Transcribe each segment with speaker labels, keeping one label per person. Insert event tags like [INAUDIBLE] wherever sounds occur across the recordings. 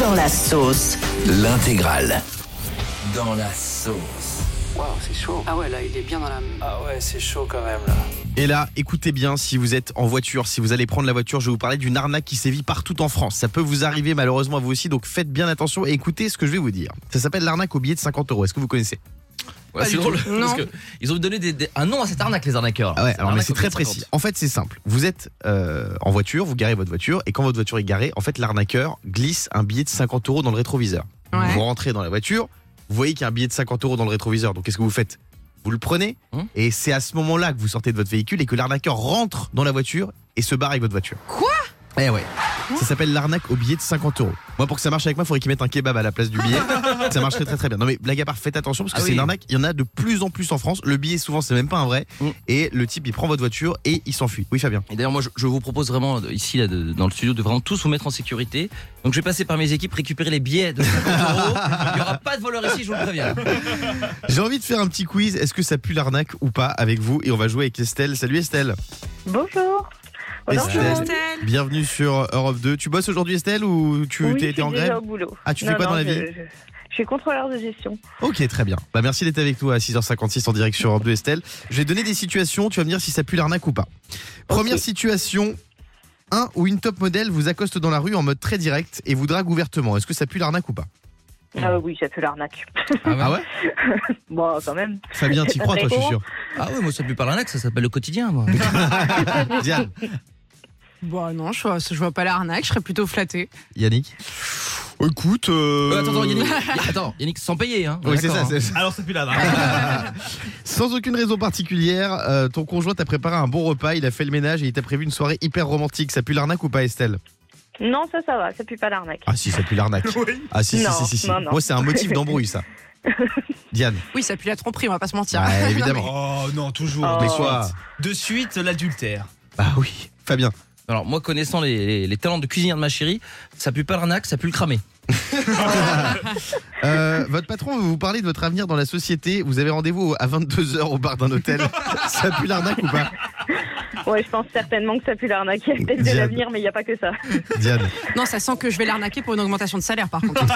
Speaker 1: Dans la sauce.
Speaker 2: L'intégrale. Dans la sauce.
Speaker 3: Waouh, c'est chaud.
Speaker 4: Ah ouais, là, il est bien dans la.
Speaker 3: Ah ouais, c'est chaud quand même là.
Speaker 5: Et là, écoutez bien, si vous êtes en voiture, si vous allez prendre la voiture, je vais vous parler d'une arnaque qui sévit partout en France. Ça peut vous arriver malheureusement à vous aussi, donc faites bien attention et écoutez ce que je vais vous dire. Ça s'appelle l'arnaque au billet de 50 euros. Est-ce que vous connaissez
Speaker 6: Ouais, c'est drôle [LAUGHS] parce que ils ont donné des- des- un nom à cette arnaque les arnaqueurs.
Speaker 5: Ah ouais, alors mais
Speaker 6: l'arnaque
Speaker 5: c'est
Speaker 6: au
Speaker 5: très
Speaker 6: 50.
Speaker 5: précis. En fait, c'est simple. Vous êtes euh, en voiture, vous garez votre voiture, et quand votre voiture est garée, en fait, l'arnaqueur glisse un billet de 50 euros dans le rétroviseur.
Speaker 4: Ouais.
Speaker 5: Vous rentrez dans la voiture, vous voyez qu'il y a un billet de 50 euros dans le rétroviseur. Donc, qu'est-ce que vous faites Vous le prenez,
Speaker 6: Hum.
Speaker 5: et c'est à ce moment-là que vous sortez de votre véhicule et que l'arnaqueur rentre dans la voiture et se barre avec votre voiture.
Speaker 4: Quoi
Speaker 5: Eh ouais. Ça s'appelle l'arnaque au billet de 50 euros. Moi, pour que ça marche avec moi, il faudrait qu'ils mettent un kebab à la place du billet. ça marcherait très très bien. Non mais blague à part, faites attention parce
Speaker 6: Ah
Speaker 5: que c'est
Speaker 6: oui.
Speaker 5: une arnaque. Il y en a de plus en plus en France. Le billet, souvent, c'est même pas un vrai.
Speaker 6: Mm.
Speaker 5: Et le type, il prend votre voiture et il s'enfuit. Oui, Fabien.
Speaker 6: Et d'ailleurs, moi, je, je vous propose vraiment euh, ici, là, de- dans le studio, de vraiment tous vous mettre en sécurité. Donc, je vais passer par mes équipes, récupérer les billets de 50
Speaker 5: [LAUGHS]
Speaker 6: euros. Il n'y aura pas de voleurs ici, je vous le préviens.
Speaker 5: J'ai envie de faire un petit quiz. Est-ce que ça pue l'arnaque ou pas avec vous Et on va jouer avec Estelle. Salut Estelle.
Speaker 7: Bonjour.
Speaker 5: Estelle. Bienvenue sur Europe 2. Tu bosses aujourd'hui, Estelle, ou tu
Speaker 7: oui,
Speaker 5: t'es-
Speaker 7: je
Speaker 5: t'es
Speaker 7: suis
Speaker 5: en
Speaker 7: déjà
Speaker 5: grève
Speaker 7: au boulot.
Speaker 5: Ah, tu
Speaker 7: Non,
Speaker 5: fais quoi
Speaker 7: non,
Speaker 5: dans la
Speaker 7: je-
Speaker 5: vie
Speaker 7: je, je suis contrôleur de gestion.
Speaker 5: Ok, très bien. Bah, merci d'être avec nous à 6h56 en direct sur Europe 2 Estelle. Je vais donner des situations, tu vas me dire si ça pue l'arnaque ou pas. Première situation, un ou une top modèle vous accoste dans la rue en mode très direct et vous drague ouvertement. Est-ce que ça pue l'arnaque ou pas
Speaker 7: Ah oui, ça fait l'arnaque.
Speaker 5: Ah ouais
Speaker 7: Bon, quand même.
Speaker 5: Fabien, t'y crois, toi, je suis [LAUGHS] sûr.
Speaker 6: Ah ouais, moi, ça pue par l'arnaque, ça s'appelle le quotidien,
Speaker 5: Euh.
Speaker 6: moi.
Speaker 5: Diane,
Speaker 4: Bon, Bah, non, je vois, je vois pas l'arnaque, je serais plutôt flatté.
Speaker 5: Yannick Écoute.
Speaker 6: Euh, attends, attends,
Speaker 5: [LAUGHS]
Speaker 6: Yannick, attends, Yannick, sans payer, hein.
Speaker 5: Oui, c'est
Speaker 6: D'accord,
Speaker 5: ça.
Speaker 6: hein.
Speaker 5: c'est ça.
Speaker 8: Alors c'est plus la drague.
Speaker 5: [LAUGHS] Sans aucune raison particulière, euh, ton conjoint t'a préparé un bon repas, il a fait le ménage et il t'a prévu une soirée hyper romantique. Ça pue l'arnaque ou pas, Estelle
Speaker 7: Non, ça, ça va, ça pue pas l'arnaque.
Speaker 5: Ah si, ça pue
Speaker 8: [LAUGHS]
Speaker 5: l'arnaque. Ah si, si,
Speaker 7: Non,
Speaker 5: si, si, si.
Speaker 7: non, non.
Speaker 5: Moi, c'est un
Speaker 7: [LAUGHS]
Speaker 5: motif d'embrouille, ça. Diane.
Speaker 4: Oui, ça pue la tromperie, on va pas se mentir.
Speaker 5: Ah,
Speaker 4: [LAUGHS]
Speaker 5: évidemment.
Speaker 8: Oh non, toujours.
Speaker 7: Oh.
Speaker 5: Mais
Speaker 8: De
Speaker 5: quoi
Speaker 8: suite. De suite, l'adultère.
Speaker 5: Bah oui. Fabien.
Speaker 6: Alors, moi, connaissant les, les- les talents de cuisinière de ma chérie, ça pue pas l'arnaque, ça pue le cramer.
Speaker 5: Euh, [LAUGHS] votre patron veut vous parler de votre avenir dans la société. Vous avez rendez-vous à 22h au bar d'un
Speaker 8: [LAUGHS]
Speaker 5: hôtel. [LAUGHS] ça pue l'arnaque ou pas
Speaker 7: Ouais, je pense certainement que ça pue l'arnaque. Il y a peut-être de
Speaker 5: Diane.
Speaker 7: l'avenir, mais il n'y a pas que ça.
Speaker 5: Diane.
Speaker 4: Non, ça sent que je vais l'arnaquer pour une augmentation de salaire, par contre.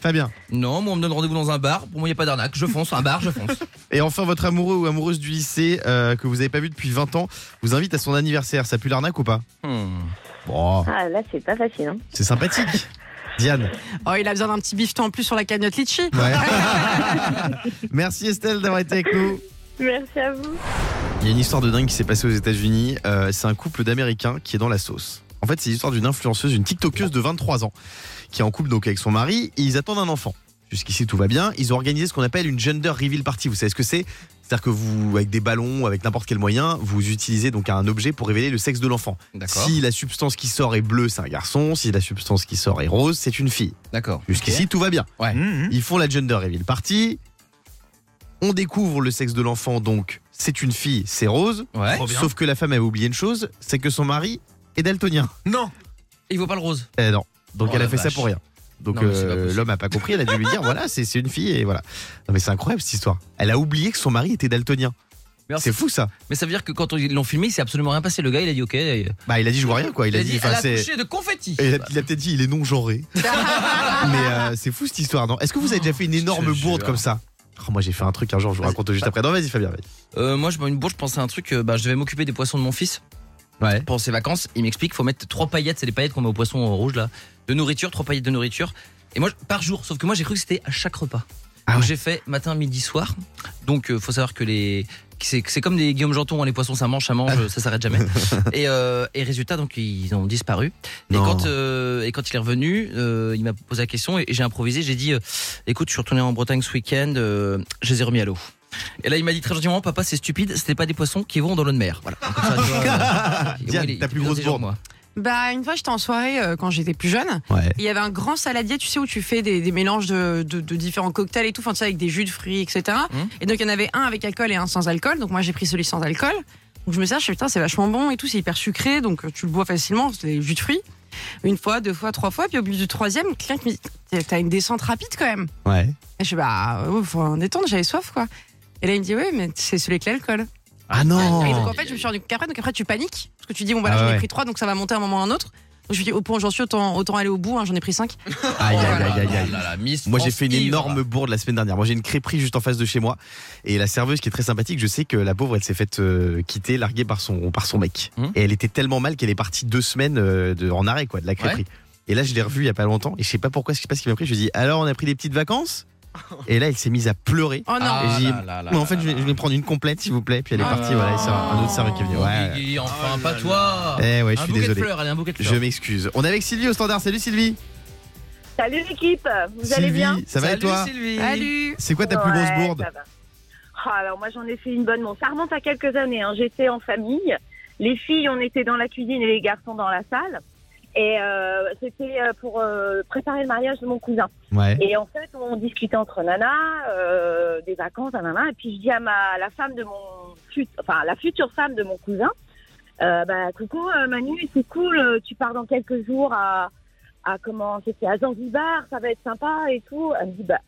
Speaker 5: Fabien.
Speaker 6: Non, moi, on me donne rendez-vous dans un bar. Pour moi, il n'y a pas d'arnaque. Je fonce, un bar, je fonce.
Speaker 5: Et enfin, votre amoureux ou amoureuse du lycée euh, que vous n'avez pas vu depuis 20 ans vous invite à son anniversaire. Ça pue l'arnaque ou pas
Speaker 6: Hmm.
Speaker 5: Bon,
Speaker 7: Ah, là, c'est pas facile. Hein.
Speaker 5: c'est sympathique. Diane.
Speaker 4: Oh, il a besoin d'un petit bifton en plus sur la cagnotte litchi. [LAUGHS]
Speaker 8: [LAUGHS]
Speaker 5: Ouais. [LAUGHS] Merci Estelle d'avoir été avec nous.
Speaker 7: Merci à vous.
Speaker 5: Il y a une histoire de dingue qui s'est passée aux États-Unis. Euh, c'est un couple d'Américains qui est dans la sauce. En fait, c'est l'histoire d'une influenceuse, une TikTokeuse de 23 ans, qui est en couple donc avec son mari et ils attendent un enfant. Jusqu'ici, tout va bien. Ils ont organisé ce qu'on appelle une gender reveal party. Vous savez ce que c'est C'est-à-dire que vous, avec des ballons, avec n'importe quel moyen, vous utilisez donc un objet pour révéler le sexe de l'enfant.
Speaker 6: D'accord.
Speaker 5: Si la substance qui sort est bleue, c'est un garçon. Si la substance qui sort est rose, c'est une fille.
Speaker 6: D'accord.
Speaker 5: Jusqu'ici, tout va bien.
Speaker 6: Mhm.
Speaker 5: Ils font la gender reveal party. On découvre le sexe de l'enfant, donc c'est une fille, c'est rose.
Speaker 6: Ouais.
Speaker 8: Trop bien.
Speaker 5: Eh, Sauf que la femme avait oublié une chose, c'est que son mari est daltonien.
Speaker 8: Non.
Speaker 6: Il vaut pas le rose.
Speaker 5: Eh non. Donc
Speaker 6: Oh
Speaker 5: elle a
Speaker 6: la
Speaker 5: fait ça
Speaker 6: vache.
Speaker 5: pour rien. Donc
Speaker 6: Non, mais c'est
Speaker 5: euh,
Speaker 6: pas possible.
Speaker 5: l'homme a pas compris, elle a dû
Speaker 6: [LAUGHS]
Speaker 5: lui dire voilà, c'est c'est une fille et voilà. Non mais c'est incroyable cette histoire. Elle a oublié que son mari était daltonien.
Speaker 6: Mais alors,
Speaker 5: C'est fou ça.
Speaker 6: Mais ça veut dire que quand ils l'ont filmé, il s'est absolument rien passé. Le gars, il a dit OK. euh,
Speaker 5: Bah il a dit je vois rien quoi, il a, dit,
Speaker 6: elle
Speaker 5: enfin,
Speaker 6: a
Speaker 5: c'est-
Speaker 6: touché de confetti.
Speaker 5: et il a- il a peut-être dit il est non genré. mais euh, c'est fou cette histoire. Non, est-ce que vous avez déjà fait une
Speaker 6: Ah. je te
Speaker 5: énorme bourde
Speaker 6: jure.
Speaker 5: comme ça Oh, Moi j'ai fait un truc un jour, je vous
Speaker 6: Vas-y,
Speaker 5: raconte juste
Speaker 6: pas-
Speaker 5: après. Non vas-y Fabien. vas-y.
Speaker 6: Euh, moi, je une bourge, je pensais à un truc. euh, bah, je devais m'occuper des poissons de mon fils.
Speaker 5: Ouais.
Speaker 6: Pour ses vacances, il m'explique faut mettre trois paillettes, c'est les paillettes qu'on met aux poissons euh, rouges là, de nourriture, trois paillettes de nourriture. Et moi, je- par jour. Sauf que moi, j'ai cru que c'était à chaque repas.
Speaker 5: Ah
Speaker 6: Donc,
Speaker 5: ouais.
Speaker 6: J'ai fait matin, midi, soir. Donc, euh, faut savoir que les que c'est que c'est comme des Guillaume Janton, hein, les poissons ça mange, ça
Speaker 5: [LAUGHS]
Speaker 6: mange, ça s'arrête jamais. Et, euh, et résultat, donc ils ont disparu. Et
Speaker 5: Non.
Speaker 6: quand, euh, et quand il est revenu, euh, il m'a posé la question et, et j'ai improvisé. J'ai dit, euh, écoute, je suis retourné en Bretagne ce week-end, euh, je les ai remis à l'eau. Et là, il m'a dit très gentiment, papa, c'est stupide, c'était pas des poissons qui vont dans l'eau de mer. Voilà. Donc, comme ça, tu
Speaker 5: [LAUGHS]
Speaker 6: vois, euh, et
Speaker 5: Ah, Diane,
Speaker 6: il est-
Speaker 5: ta
Speaker 6: il est
Speaker 5: plus
Speaker 6: bien hein.
Speaker 5: grosse
Speaker 6: intelligent que
Speaker 5: bourde.
Speaker 6: moi.
Speaker 4: Bah, une fois, j'étais en soirée euh, quand j'étais plus jeune.
Speaker 5: Ouais.
Speaker 4: Il y avait un grand saladier, tu sais, où tu fais des, des mélanges de, de- de différents cocktails et tout, enfin, tu sais, avec des jus de fruits, etc.
Speaker 5: Mmh.
Speaker 6: Mhm.
Speaker 4: Et donc, il y en avait un avec alcool et un sans alcool. Donc, moi, j'ai pris celui sans alcool. Donc, je me suis dit, ah, putain, c'est vachement bon et tout, c'est hyper sucré, donc euh, tu le bois facilement, c'est des jus de fruits. Une fois, deux fois, trois fois, puis au bout du troisième, quelqu'un qui me dit, T'as- t'as une descente rapide quand même.
Speaker 5: Ouais.
Speaker 4: Et je dis, bah, ouais, faut en détendre, j'avais soif, quoi. Et là, il me dit, ouais, mais c'est celui avec l'alcool.
Speaker 5: Ah
Speaker 4: Et donc,
Speaker 5: non
Speaker 4: en fait, je me suis rendu compte qu'après, donc après, tu paniques, parce que tu dis, bon, bah là,
Speaker 5: Ah
Speaker 4: j'en ai
Speaker 5: ouais.
Speaker 4: pris trois, donc ça va monter à un moment ou à un autre. je me suis dit, au point où j'en suis, autant, autant aller au bout, hein, j'en ai pris 5.
Speaker 5: Aïe,
Speaker 6: Oh
Speaker 5: aïe,
Speaker 6: là
Speaker 5: aïe, aïe,
Speaker 6: là
Speaker 5: aïe.
Speaker 6: là là, Miss
Speaker 5: Moi, j'ai
Speaker 6: France
Speaker 5: fait une
Speaker 6: ivre.
Speaker 5: énorme bourde la semaine dernière. Moi, j'ai une crêperie juste en face de chez moi. Et la serveuse qui est très sympathique, je sais que la pauvre, elle s'est faite euh, quitter, larguer par son, par son mec.
Speaker 6: Hum.
Speaker 5: Et elle était tellement mal qu'elle est partie deux semaines euh, de, en arrêt, quoi, de la crêperie. Et là, je l'ai revue il y a pas longtemps. Et je sais pas pourquoi, je sais pas ce qui m'a pris. Je lui ai dit, alors, on a pris des
Speaker 6: [LAUGHS]
Speaker 5: petites vacances. Et là, elle s'est mise à pleurer.
Speaker 4: Oh non.
Speaker 6: Ah
Speaker 5: Et j'ai dit,
Speaker 6: là là là
Speaker 5: Mais en
Speaker 6: là
Speaker 5: fait,
Speaker 6: là
Speaker 5: je vais,
Speaker 6: là.
Speaker 5: je vais prendre une complète, s'il vous plaît. Puis elle est
Speaker 6: Ah.
Speaker 5: partie. Voilà, c'est un, un autre serveur qui est venu. Ouais,
Speaker 6: Oh,
Speaker 5: ouais.
Speaker 6: Guigui, enfin,
Speaker 8: Oh
Speaker 6: pas
Speaker 8: là
Speaker 6: toi.
Speaker 5: Eh ouais, je
Speaker 6: Ah, un
Speaker 5: suis
Speaker 6: bouquet de
Speaker 5: désolé.
Speaker 6: fleurs, allez, un bouquet de
Speaker 5: Je
Speaker 6: fleurs.
Speaker 5: m'excuse. On est avec Sylvie au standard. Salut Sylvie.
Speaker 7: Salut l'équipe, vous
Speaker 5: Sylvie,
Speaker 7: allez bien
Speaker 5: ça va et toi
Speaker 6: Sylvie.
Speaker 4: Salut
Speaker 5: C'est quoi ta plus grosse
Speaker 7: Ouais,
Speaker 5: bourde
Speaker 7: ça va. Ah, Alors moi j'en ai fait une bonne. Bon, ça remonte à quelques années. hein. J'étais en famille. Les filles, on était dans la cuisine et les garçons dans la salle. Et euh, c'était euh, pour euh, préparer le mariage de mon cousin.
Speaker 5: Ouais.
Speaker 7: Et en fait, on discutait entre nanas, euh, des vacances, nanana. Et puis je dis à ma à la femme de mon fut- enfin à la future femme de mon cousin, euh, bah coucou euh, Manu, c'est cool, euh, tu pars dans quelques jours à à comment c'était à Zanzibar, ça va être sympa et tout. Elle me dit bah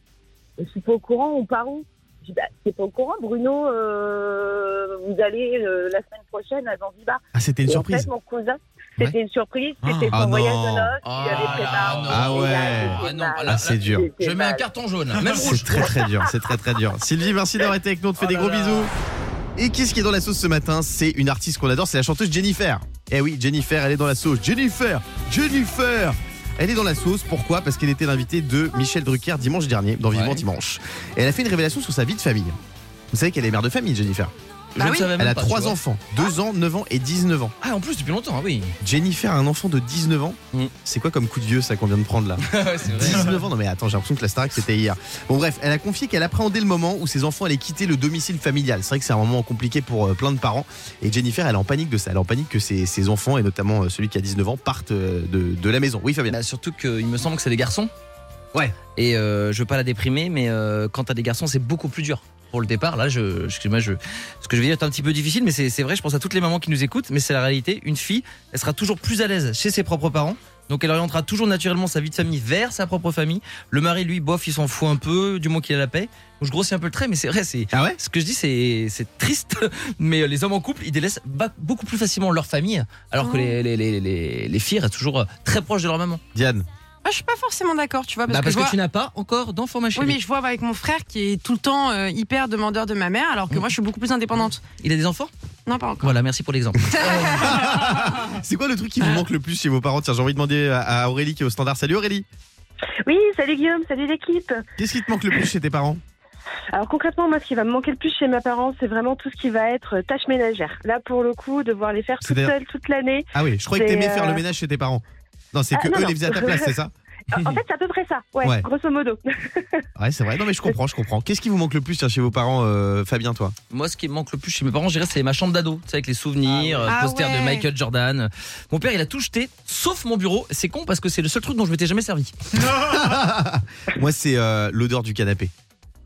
Speaker 7: je suis pas au courant, on part où Je dis bah c'est pas au courant, Bruno, euh, vous allez euh, la semaine prochaine à Zanzibar.
Speaker 5: Ah, c'était une
Speaker 7: Et En
Speaker 5: surprise.
Speaker 7: fait, mon cousin, c'était une surprise,
Speaker 6: Ah.
Speaker 7: c'était son
Speaker 5: Ah
Speaker 7: voyage
Speaker 5: non.
Speaker 7: de noces,
Speaker 6: Ah
Speaker 7: il avait préparé.
Speaker 6: non.
Speaker 5: Ah ouais.
Speaker 6: Ah non,
Speaker 7: mal.
Speaker 6: ah
Speaker 5: Ah, c'est dur.
Speaker 7: J'étais
Speaker 6: Je mets un
Speaker 7: mal.
Speaker 6: carton jaune, Ah, même rouge.
Speaker 5: C'est très très dur, c'est très très dur. Sylvie, merci d'avoir été avec nous, on te fait
Speaker 6: Oh
Speaker 5: des
Speaker 6: là
Speaker 5: gros
Speaker 6: là.
Speaker 5: bisous. Et qu'est-ce qui est dans la sauce ce matin C'est une artiste qu'on adore, c'est la chanteuse Jennifer. Eh oui, Jennifer, elle est dans la sauce. Jennifer Jennifer elle est dans la sauce, pourquoi Parce qu'elle était l'invitée de Michel Drucker dimanche dernier, dans Vivement
Speaker 6: Ouais.
Speaker 5: Dimanche. Et elle a fait une révélation sur sa vie de famille. Vous savez qu'elle est mère de famille, Jennifer.
Speaker 6: Je
Speaker 4: Bah
Speaker 6: ne
Speaker 4: oui.
Speaker 6: savais même
Speaker 5: Elle a
Speaker 6: pas, tu
Speaker 5: trois
Speaker 6: vois.
Speaker 5: enfants, 2 ans, 9 ans et 19 ans.
Speaker 6: Ah, en plus, depuis longtemps, ah oui.
Speaker 5: Jennifer a un enfant de 19 ans.
Speaker 6: Mm.
Speaker 5: C'est quoi comme coup de vieux ça qu'on vient de prendre là
Speaker 6: c'est vrai.
Speaker 5: 19 ans, non mais attends, j'ai l'impression que la Starac c'était hier. Bon bref, elle a confié qu'elle appréhendait le moment où ses enfants allaient quitter le domicile familial. C'est vrai que c'est un moment compliqué pour euh, plein de parents. Et Jennifer, elle est en panique de ça. Elle est en panique que ses, ses enfants, et notamment euh, celui qui a 19 ans, partent euh, de, de la maison. Oui Fabien.
Speaker 6: Bah, surtout qu'il me semble que c'est des garçons.
Speaker 5: Ouais.
Speaker 6: Et euh, je veux pas la déprimer, mais euh, quand t'as des garçons, c'est beaucoup plus dur. Pour le départ, là, je, excuse-moi, je, ce que je vais dire est un petit peu difficile, mais c'est c'est vrai, je pense à toutes les mamans qui nous écoutent, mais c'est la réalité. Une fille, elle sera toujours plus à l'aise chez ses propres parents, donc elle orientera toujours naturellement sa vie de famille vers sa propre famille. Le mari, lui, bof, il s'en fout un peu, du moins qu'il a la paix. Bon, je grossis un peu le trait, mais c'est vrai, c'est.
Speaker 5: Ah ouais
Speaker 6: Ce que je dis, c'est c'est triste, [LAUGHS] mais euh, les hommes en couple, ils délaissent ba- beaucoup plus facilement leur famille, alors que
Speaker 4: Oh.
Speaker 6: les, les, les, les, les filles restent toujours euh, très proches de leur maman.
Speaker 5: Diane.
Speaker 4: Ah, Je suis pas forcément d'accord, tu vois, parce
Speaker 6: Bah,
Speaker 4: que, je vois-
Speaker 6: tu n'as pas encore d'enfant ma
Speaker 4: Oui,
Speaker 6: chérie.
Speaker 4: mais je vois avec mon frère qui est tout le temps euh, hyper demandeur de ma mère, alors que
Speaker 6: Mm.
Speaker 4: moi je suis beaucoup plus indépendante.
Speaker 6: Il a des enfants
Speaker 4: Non, pas encore.
Speaker 6: Voilà, merci pour l'exemple.
Speaker 5: C'est quoi le truc qui vous manque le plus chez vos parents Tiens, j'ai envie de demander à à Aurélie qui est au standard. Salut Aurélie.
Speaker 7: Oui, salut Guillaume, salut l'équipe.
Speaker 5: Qu'est-ce qui te manque le plus chez tes parents
Speaker 7: Alors concrètement, moi, ce qui va me manquer le plus chez mes parents, c'est vraiment tout ce qui va être euh, tâches ménagères. Là, pour le coup, devoir les faire toutes
Speaker 5: C'est-à-dire
Speaker 7: seules toute l'année.
Speaker 5: Ah oui, je croyais que
Speaker 7: C'est,
Speaker 5: t'aimais faire
Speaker 7: euh,
Speaker 5: le ménage chez tes parents. Non, c'est
Speaker 7: Ah,
Speaker 5: que
Speaker 7: non,
Speaker 5: eux
Speaker 7: non.
Speaker 5: les faisaient à ta place, c'est ça
Speaker 7: Euh,
Speaker 5: [LAUGHS]
Speaker 7: en fait, c'est à peu près ça, ouais,
Speaker 5: Ouais.
Speaker 7: grosso modo. [LAUGHS]
Speaker 5: Ouais, c'est vrai. Non, mais je comprends, je comprends. Qu'est-ce qui vous manque le plus tiens, chez vos parents, euh, Fabien, toi
Speaker 6: [LAUGHS] Moi, ce qui me manque le plus chez mes parents, je dirais, c'est ma chambre d'ado. Tu sais, avec les souvenirs,
Speaker 4: Ah ouais.
Speaker 6: euh, posters
Speaker 4: Ah ouais.
Speaker 6: de Michael Jordan. Mon père, il a tout jeté, sauf mon bureau. C'est con parce que c'est le seul truc dont je m'étais jamais servi.
Speaker 5: Moi, c'est euh, l'odeur du canapé.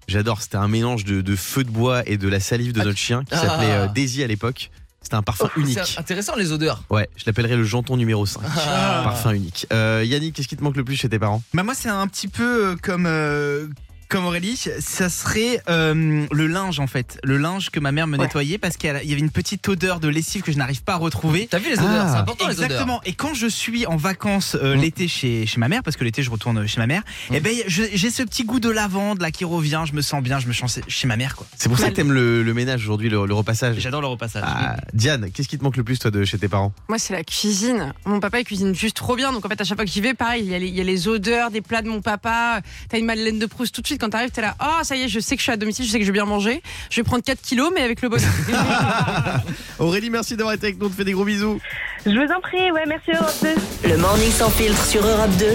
Speaker 5: J'adore. C'était un mélange de, de feu de bois et de la salive de
Speaker 6: Ah,
Speaker 5: notre chien qui
Speaker 6: ah. Oh,
Speaker 5: s'appelait euh, Daisy à l'époque. C'était un parfum
Speaker 6: C'est
Speaker 5: unique.
Speaker 6: intéressant, les odeurs.
Speaker 5: Ouais, je l'appellerais le janton numéro 5.
Speaker 6: Ah.
Speaker 5: Parfum unique. Euh, Yannick, qu'est-ce qui te manque le plus chez tes parents
Speaker 8: Bah moi c'est un petit peu euh, comme euh, comme Aurélie, ça serait euh, le linge en fait, le linge que ma mère me nettoyait parce qu'il y avait une petite odeur de lessive que je n'arrive pas à retrouver.
Speaker 6: T'as vu les odeurs
Speaker 5: Ah.
Speaker 6: C'est important, Oh, les odeurs.
Speaker 8: Exactement. Et quand je suis en vacances euh,
Speaker 6: Mm.
Speaker 8: l'été chez, chez ma mère, parce que l'été je retourne chez ma mère,
Speaker 6: Mm.
Speaker 8: eh ben je- j'ai ce petit goût de lavande là qui revient. Je me sens bien, je me sens chez ma mère quoi.
Speaker 5: C'est pour ça que t'aimes le, le ménage aujourd'hui, le, le repassage.
Speaker 8: J'adore le repassage.
Speaker 5: Ah, Diane, qu'est-ce qui te manque le plus toi de chez tes parents
Speaker 4: Moi, c'est la cuisine. Mon papa, il cuisine juste trop bien. Donc, en fait, à chaque fois que j'y vais, pareil, il y, a les, il y a les odeurs des plats de mon papa. T'as une madeleine de Proust tout de suite quand t'arrives, t'es là. Oh, ça y est, je sais que je suis à domicile, je sais que je vais bien manger. Je vais prendre 4 kilos, mais avec le bonheur.
Speaker 6: [LAUGHS]
Speaker 5: Aurélie, merci d'avoir été avec nous. On te fait des gros bisous.
Speaker 7: Je vous en prie, ouais, merci Europe 2.
Speaker 1: Le morning sans filtre sur Europe 2.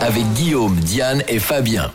Speaker 2: Avec Guillaume, Diane et Fabien.